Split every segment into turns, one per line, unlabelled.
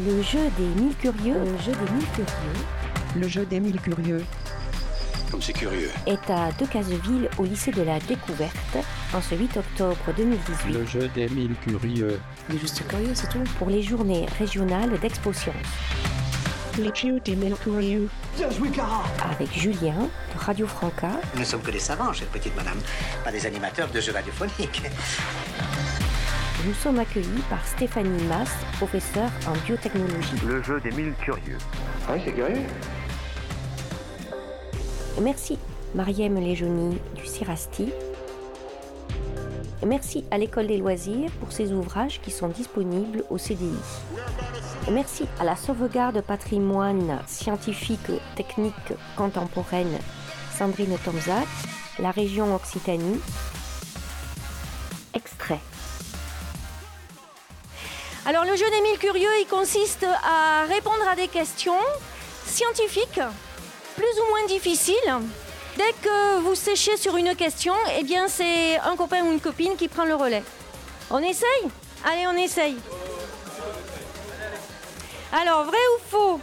Le jeu des mille curieux. Le jeu des mille curieux
Le jeu des mille curieux.
Comme c'est curieux.
est à Decazeville au lycée de la Découverte en ce 8 octobre 2018
Le jeu des mille euh. curieux.
Il est juste curieux, c'est tout.
pour les journées régionales d'Expo Science
Le jeu des mille curieux.
avec Julien de Radio Franca
Nous ne sommes que des savants, chère petite madame, pas des animateurs de jeux radiophoniques.
Nous sommes accueillis par Stéphanie Mass, professeure en biotechnologie.
Le jeu des mille curieux.
Merci Mariem Léjoni du Cirasti. Merci à l'École des loisirs pour ses ouvrages qui sont disponibles au CDI. Merci à la sauvegarde patrimoine scientifique technique contemporaine Sandrine Tomzac, la région Occitanie. Extrait.
Alors le jeu des mille curieux, il consiste à répondre à des questions scientifiques, plus ou moins difficiles. Dès que vous séchez sur une question, eh bien c'est un copain ou une copine qui prend le relais. On essaye Allez, on essaye. Alors, vrai ou faux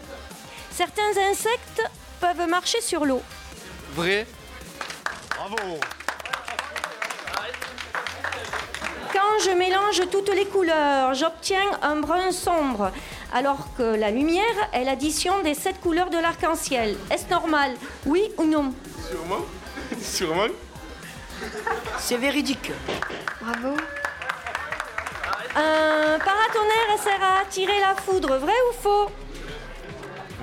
Certains insectes peuvent marcher sur l'eau.
Vrai
Quand je mélange toutes les couleurs, j'obtiens un brun sombre, alors que la lumière est l'addition des sept couleurs de l'arc-en-ciel. Est-ce normal Oui ou non
Sûrement Sûrement
C'est véridique.
Bravo.
Un paratonnerre sert à attirer la foudre, vrai ou faux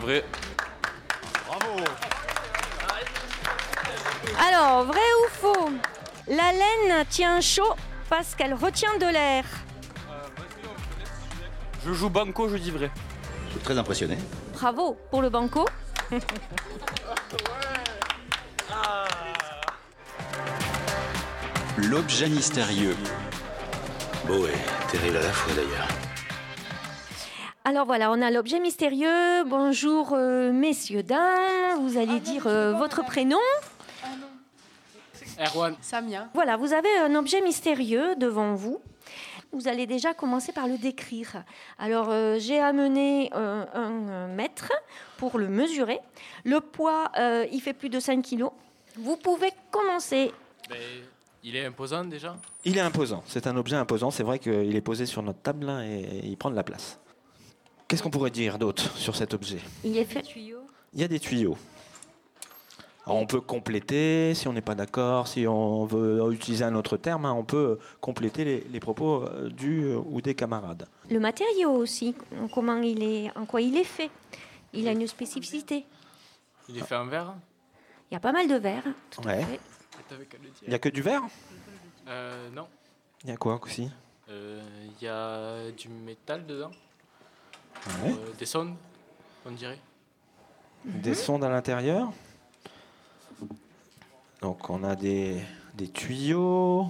Vrai.
Alors, vrai ou faux La laine tient chaud parce qu'elle retient de l'air.
Je joue banco, je dis vrai.
Je suis très impressionné.
Bravo pour le banco.
L'objet mystérieux. Beau et terrible à la fois d'ailleurs.
Alors voilà, on a l'objet mystérieux. Bonjour euh, messieurs, dames. Vous allez dire euh, votre prénom.
Erwan.
Samia.
Voilà, vous avez un objet mystérieux devant vous. Vous allez déjà commencer par le décrire. Alors, euh, j'ai amené euh, un euh, mètre pour le mesurer. Le poids, euh, il fait plus de 5 kilos. Vous pouvez commencer.
Ben, il est imposant déjà
Il est imposant, c'est un objet imposant, c'est vrai qu'il est posé sur notre table là, et il prend de la place. Qu'est-ce qu'on pourrait dire d'autre sur cet objet
Il est fait.
Il y a des tuyaux. Alors, on peut compléter, si on n'est pas d'accord, si on veut utiliser un autre terme, hein, on peut compléter les, les propos euh, du euh, ou des camarades.
Le matériau aussi, comment il est, en quoi il est fait. Il a une spécificité.
Il est fait en verre
Il y a pas mal de verre. tout à
Ouais.
fait.
Il n'y a que du verre
Euh, non.
Il y a quoi aussi
Euh, Il y a du métal dedans
Ouais.
Euh, Des sondes, on dirait.
Des sondes à l'intérieur. Donc on a des, des tuyaux,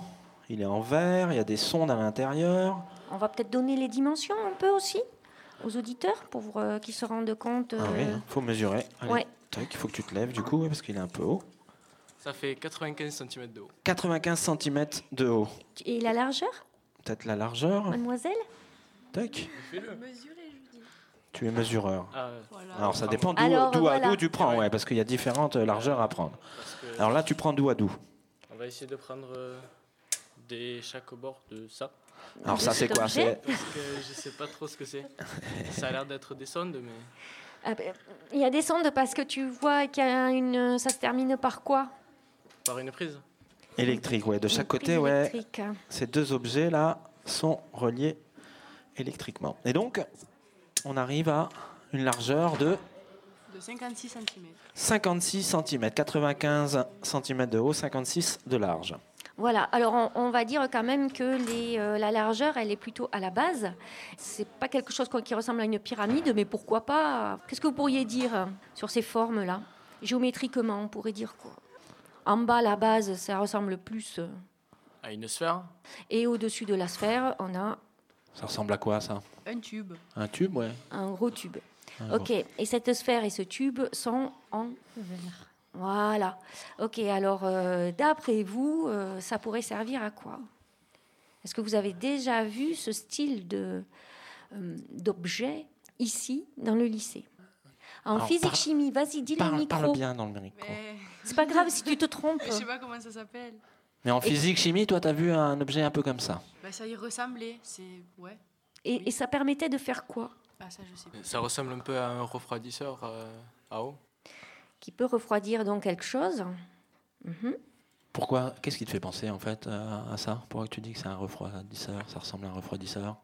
il est en verre, il y a des sondes à l'intérieur.
On va peut-être donner les dimensions un peu aussi aux auditeurs pour euh, qu'ils se rendent compte.
Ah oui,
euh,
il faut mesurer. Allez,
ouais.
tac, il faut que tu te lèves du coup, ouais, parce qu'il est un peu haut.
Ça fait 95 cm de haut.
95 cm de haut.
Et la largeur,
Peut-être la largeur.
mademoiselle
Tac. Tu es mesureur.
Ah,
Alors ça dépend d'où
Alors,
d'où à
voilà.
d'où tu prends, ouais, parce qu'il y a différentes euh, largeurs à prendre.
parce que
Alors là, tu prends d'où à d'où.
on va essayer de prendre euh, des chaque bord de ça.
Alors
De
ça, c'est
cet
quoi
objet
C'est-
Parce que je sais pas trop ce que c'est. Ça a l'air d'être des sondes, mais.
Ah ben, Il y a des sondes parce que tu vois qu'il y a une. Ça se termine par quoi
Par une prise
Électrique, ouais. De chaque
Une
côté,
prise
ouais.
électrique.
Ces deux objets là sont reliés électriquement. Et donc, on arrive à une largeur de
De 56 cm.
56 cm, 95 cm de haut, 56 de large.
Voilà, alors on, on va dire quand même que les, euh, la largeur, elle est plutôt à la base. C'est pas quelque chose qu'on- qui ressemble à une pyramide, mais pourquoi pas Qu'est-ce que vous pourriez dire euh, sur ces formes-là Géométriquement, on pourrait dire quoi En bas, la base, ça ressemble plus. euh,
À une sphère
Et au-dessus de la sphère, on a
Ça ressemble à quoi ça
Un tube.
Un tube, ouais. Ah,
un gros tube. Ok, et cette sphère et ce tube sont en verre. Voilà. Ok, alors euh, d'après vous, euh, ça pourrait servir à quoi Est-ce que vous avez déjà vu ce style de euh, d'objet ici, dans le lycée. En
Alors, parle-
physique-chimie, vas-y, dis les
Parle, parle
micros.
bien dans le micro.
Mais
C'est pas grave si tu te trompes.
je sais pas comment ça s'appelle.
Mais en
Et-
physique, chimie, toi, t'as vu un objet un peu comme ça.
Bah, ça y ressemblait. C'est. Ouais.
Et, et ça permettait de faire quoi
Ah, ça, je sais pas.
Ça ressemble un peu à un refroidisseur euh, à eau.
Qui peut refroidir donc quelque chose. Mhm.
Pourquoi Qu'est-ce qui te fait penser en fait à à ça Pourquoi tu dis que c'est un refroidisseur Ça ressemble à un refroidisseur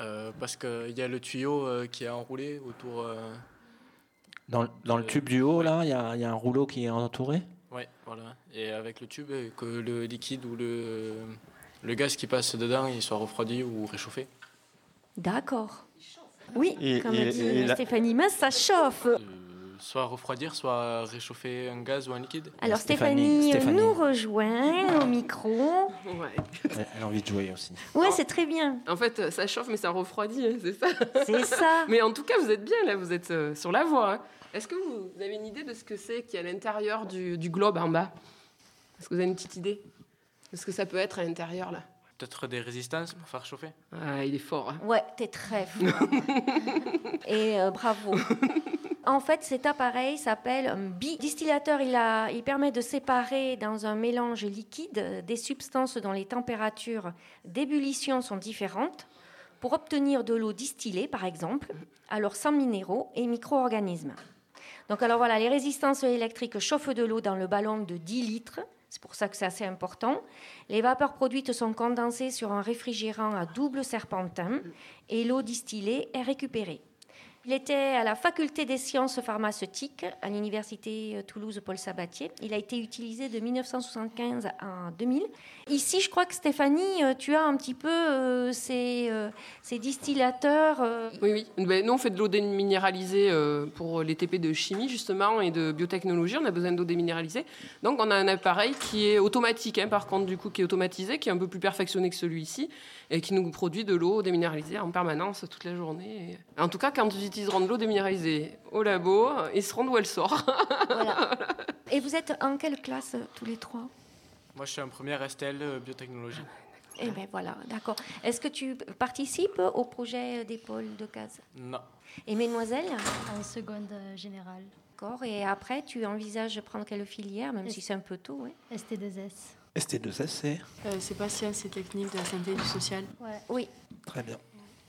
Euh, parce qu'il y a le tuyau euh, qui est enroulé autour. euh,
dans, le- dans le
Euh,
tube du haut, là, il y, a- il y a un rouleau qui est entouré
Ouais, voilà. Et avec le tube, euh, que le liquide ou le, le gaz qui passe dedans, il soit refroidi ou réchauffé.
D'accord. Oui,
Et-
comme
et-
dit
et la-
Stéphanie Mas, ça chauffe.
Euh, soit refroidir, soit réchauffer un gaz ou un liquide.
Alors Stéphanie,
Stéphanie,
euh,
Stéphanie.
nous rejoint au micro.
Ouais.
Elle elle a envie de jouer aussi.
Ouais, c'est très bien.
En fait, euh, ça chauffe, mais ça refroidit, hein, c'est ça.
C'est ça.
Mais en tout cas, vous êtes bien là, vous êtes euh, sur la voie. hein. Est-ce que vous vous avez une idée de ce que c'est qu'il y a à l'intérieur du, du globe en bas Est-ce que vous avez une petite idée de ce que ça peut être à l'intérieur là
Peut-être des résistances pour faire chauffer.
Ah, il est fort. hein.
Ouais, t'es très fort. Et euh, bravo. En fait, cet appareil s'appelle un bidistillateur. Il, a- il permet de séparer dans un mélange liquide euh, des substances dont les températures d'ébullition sont différentes pour obtenir de l'eau distillée, par exemple, alors sans minéraux et micro-organismes. Donc alors voilà, les résistances électriques chauffent de l'eau dans le ballon de 10 litres. C'est pour ça que c'est assez important. Les vapeurs produites sont condensées sur un réfrigérant à double serpentin et l'eau distillée est récupérée. Il était à la faculté des sciences pharmaceutiques à l'université euh, Toulouse Paul Sabatier. Il a été utilisé de 1975 à 2000. Ici, je crois que Stéphanie, euh, tu as un petit peu euh, ces, euh, ces distillateurs. euh,
Oui, oui. Ben, nous, on fait de l'eau déminéralisée euh, pour les TP de chimie, justement, et de biotechnologie. On a besoin d'eau déminéralisée. Donc, on a un appareil qui est automatique, hein, par contre, du coup, qui est automatisé, qui est un peu plus perfectionné que celui-ci, et qui nous produit de l'eau déminéralisée en permanence toute la journée. Et- En tout cas, quand ils utiliseront de l'eau déminéralisée au labo, ils seront d'où elle sort.
voilà. Et vous êtes en quelle classe euh, tous les trois
Moi, je suis en première STL euh, biotechnologie.
Eh bien voilà, d'accord. Est-ce que tu participes au projet euh, des pôles de Caz
Non.
Et mesdemoiselles
En seconde euh, générale,
D'accord. Et après, tu envisages de prendre quelle filière, même si c'est un peu tôt, oui.
ST2S.
ST2S, c'est
Euh, c'est pas sciences et techniques de la santé et du social.
Ouais.
Oui.
très bien.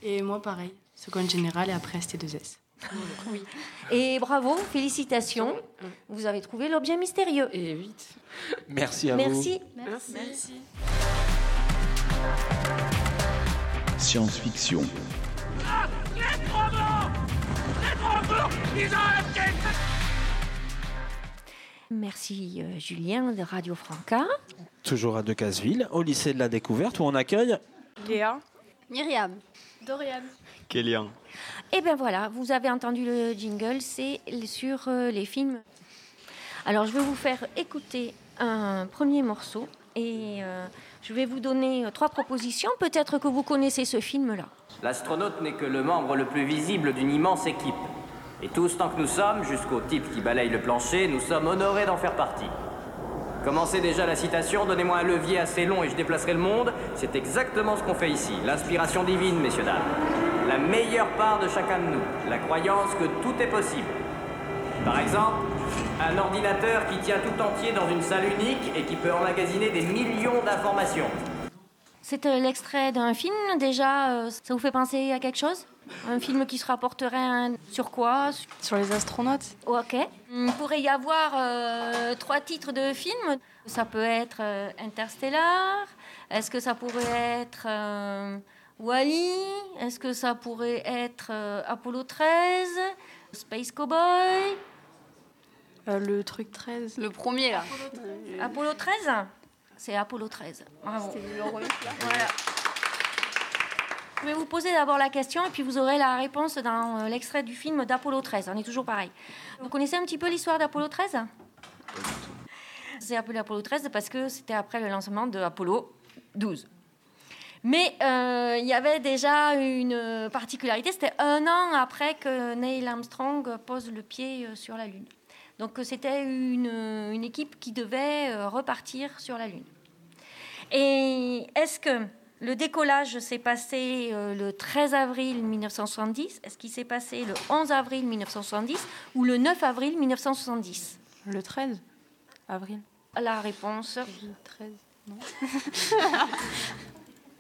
Et moi, pareil. Seconde générale et après, ST2S.
Et bravo, félicitations.
Mm.
Vous avez trouvé l'objet mystérieux.
Et vite.
Merci à vous.
Merci.
Merci.
Science-fiction.
Merci euh, Julien de Radio Franca.
Toujours à Decazeville, au lycée de la découverte, où on accueille
Léa.
Myriam.
Dorian.
Kélian.
Et bien Eh ben, voilà, vous avez entendu le jingle, c'est sur euh, les films. Alors je vais vous faire écouter un premier morceau et euh, je vais vous donner euh, trois propositions. Peut-être que vous connaissez ce film-là.
L'astronaute n'est que le membre le plus visible d'une immense équipe. Et tous, tant que nous sommes, jusqu'au type qui balaye le plancher, nous sommes honorés d'en faire partie. Commencez déjà la citation, donnez-moi un levier assez long et je déplacerai le monde. C'est exactement ce qu'on fait ici. L'inspiration divine, messieurs, dames. La meilleure part de chacun de nous. La croyance que tout est possible. Par exemple, un ordinateur qui tient tout entier dans une salle unique et qui peut emmagasiner des millions d'informations.
C'est euh, l'extrait d'un film déjà, euh, ça vous fait penser à quelque chose Un film qui se rapporterait à un- sur quoi Sur-
Sur les astronautes
Ok. Il pourrait y avoir euh, trois titres de films. Ça peut être euh, Interstellar. Est-ce que ça pourrait être euh, Wally Est-ce que ça pourrait être euh, Apollo 13 Space Cowboy
Euh, Le truc 13.
Le premier là.
Apollo 13 C'est Apollo 13. Bravo. Voilà. Je vais vous poser d'abord la question et puis vous aurez la réponse dans euh, l'extrait du film d'Apollo 13. On est toujours pareil. Vous connaissez un petit peu l'histoire d'Apollo 13 C'est appelé Apollo 13 parce que c'était après le lancement de Apollo 12. Mais euh, il y avait déjà une particularité, c'était un an après que Neil Armstrong pose le pied euh, sur la Lune. Donc euh, c'était une, une équipe qui devait euh, repartir sur la Lune. Et est-ce que Le décollage s'est passé euh, le 13 avril 1970. Est-ce qu'il s'est passé le 11 avril 1970 ou le 9 avril 1970
Le 13 avril.
La réponse.
13, non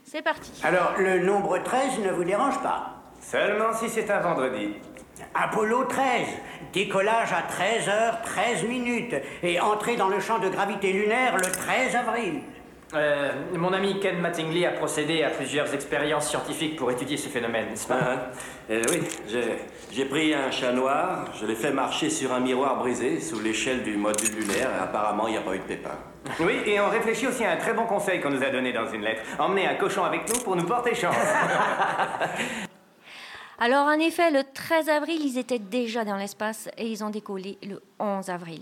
C'est parti.
Alors, le nombre 13 ne vous dérange pas
Seulement si c'est un vendredi.
Apollo 13, décollage à 13h13 minutes et entrée dans le champ de gravité lunaire le 13 avril.
Euh, mon ami Ken Mattingly a procédé à plusieurs expériences scientifiques pour étudier ce phénomène, n'est-ce pas
Euh, oui, j'ai- j'ai pris un chat noir, je l'ai fait marcher sur un miroir brisé sous l'échelle du module lunaire et apparemment il n'y a pas eu de pépin.
Oui, et on réfléchit aussi à un très bon conseil qu'on nous a donné dans une lettre. Emmener un cochon avec nous pour nous porter chance.
Alors en effet, le 13 avril, ils étaient déjà dans l'espace et ils ont décollé le 11 avril.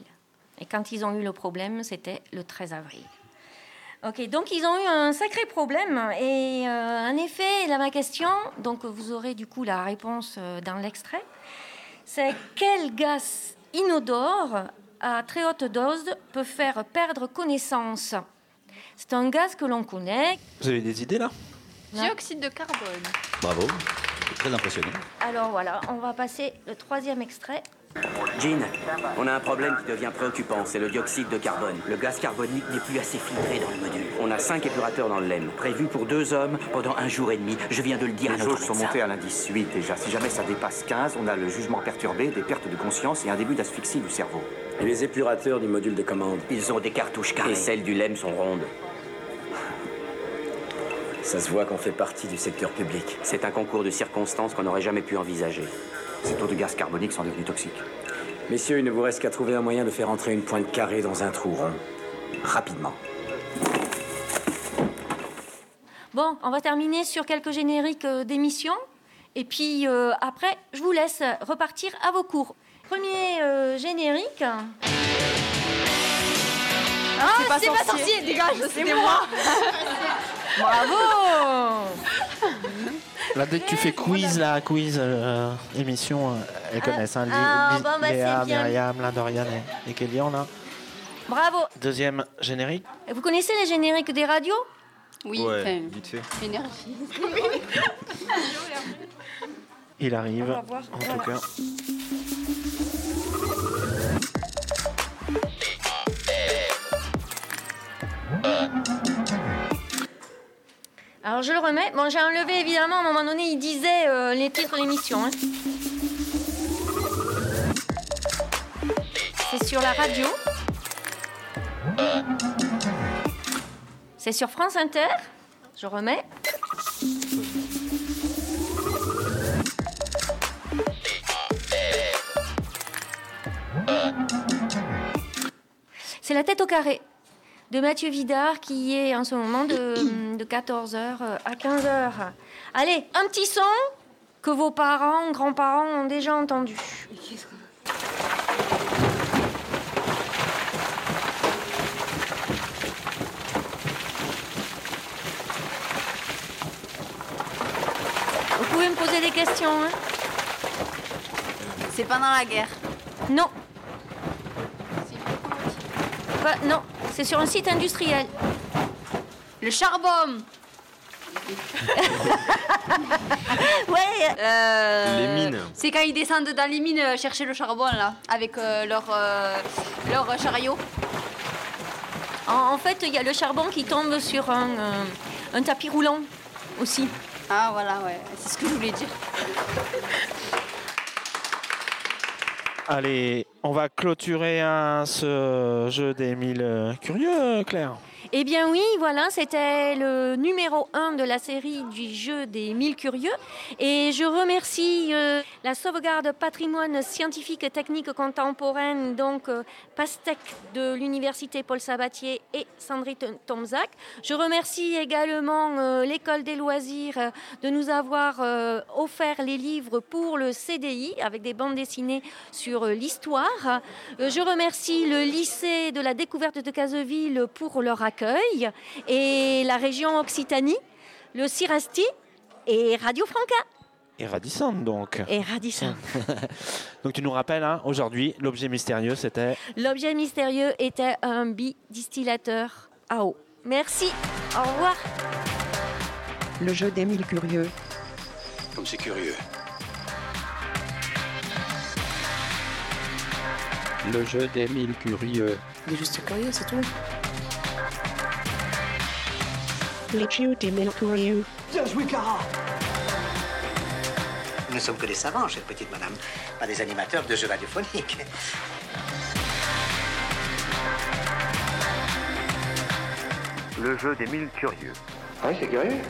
Et quand ils ont eu le problème, c'était le 13 avril. Ok, donc ils ont eu un sacré problème. Et euh, en effet, là, ma question, donc vous aurez du coup la réponse euh, dans l'extrait, c'est quel gaz inodore à très haute dose peut faire perdre connaissance C'est un gaz que l'on connaît.
Vous avez des idées là
Dioxyde de carbone.
Bravo, très impressionnant.
Alors voilà, on va passer le troisième extrait.
Jean, on a un problème qui devient préoccupant, c'est le dioxyde de carbone. Le gaz carbonique n'est plus assez filtré dans le module. On a cinq épurateurs dans le LEM, prévus pour deux hommes pendant un jour et demi. Je viens de le dire à
Les
notre
choses sont
médecin.
montées à l'indice 8 déjà. Si jamais ça dépasse 15, on a le jugement perturbé, des pertes de conscience et un début d'asphyxie du cerveau.
Et les épurateurs du module de commande Ils ont des cartouches carrées. Et celles du LEM sont rondes. Ça se voit qu'on fait partie du secteur public. C'est un concours de circonstances qu'on n'aurait jamais pu envisager. Ces taux de gaz carbonique sont devenus toxiques.
Messieurs, il ne vous reste qu'à trouver un moyen de faire entrer une pointe carrée dans un trou rond. Rapidement.
Bon, on va terminer sur quelques génériques euh, d'émissions. Et puis euh, après, je vous laisse repartir à vos cours. Premier euh, générique. Ah,
C'est pas sorcier.
dégage,
C'est moi.
Bravo
Là, dès que tu fais quiz, là, quiz, euh, émission, euh, elles connaissent. Hein, Li-
ah,
Li-
bon, bah,
Léa,
c'est bien.
Myriam, là, Dorian et, et Kélian, là.
Bravo
Deuxième générique.
Vous connaissez les génériques des radios
Oui, Ouais, enfin, vite fait.
Énergie.
Il arrive,
On va voir.
en
Voilà.
tout cas.
Alors je le remets. Bon, j'ai enlevé évidemment, à un moment donné, il disait euh, les titres d'émission. hein. C'est sur la radio. C'est sur France Inter. Je remets. C'est la tête au carré de Mathieu Vidard qui est en ce moment de, 14h à 15h. Allez, un petit son que vos parents, grands-parents ont déjà entendu. Vous pouvez me poser des questions. hein.
C'est pendant la guerre.
Non. Pas- Bah, non, c'est sur un site industriel. Le charbon Ouais
Euh,
Les mines.
C'est quand ils descendent dans les mines euh, chercher le charbon, là, avec euh, leur, euh, leur chariot.
En, en fait, il y a le charbon qui tombe sur un, euh, un tapis roulant aussi.
Ah, voilà, ouais, c'est ce que je voulais dire.
Allez, on va clôturer hein, ce jeu des mille euh, curieux, Claire.
Eh bien oui, voilà, c'était le numéro 1 de la série du jeu des 1000 curieux. Et je remercie euh, la sauvegarde patrimoine scientifique et technique contemporaine, donc euh, PASTEC de l'Université Paul Sabatier et Sandrine Tomzak. Je remercie également euh, l'École des loisirs euh, de nous avoir euh, offert les livres pour le CDI avec des bandes dessinées sur euh, l'histoire. Euh, je remercie le lycée de la découverte de Caseville pour leur accueil et la région Occitanie, le Cirasti et Radio Franca.
Et radissante, donc.
Et radissante.
donc, tu nous rappelles, hein, aujourd'hui, l'objet mystérieux, c'était.
L'objet mystérieux était un bidistillateur à eau. Merci, au revoir.
Le jeu des mille curieux.
Comme c'est curieux.
Le jeu des mille curieux.
Il est juste curieux, c'est tout. Le jeu des mille curieux.
Bien joué, Clara Nous ne sommes que des savants, chère petite madame, pas des animateurs de jeux radiophoniques.
Le jeu des mille curieux. Oui, c'est curieux.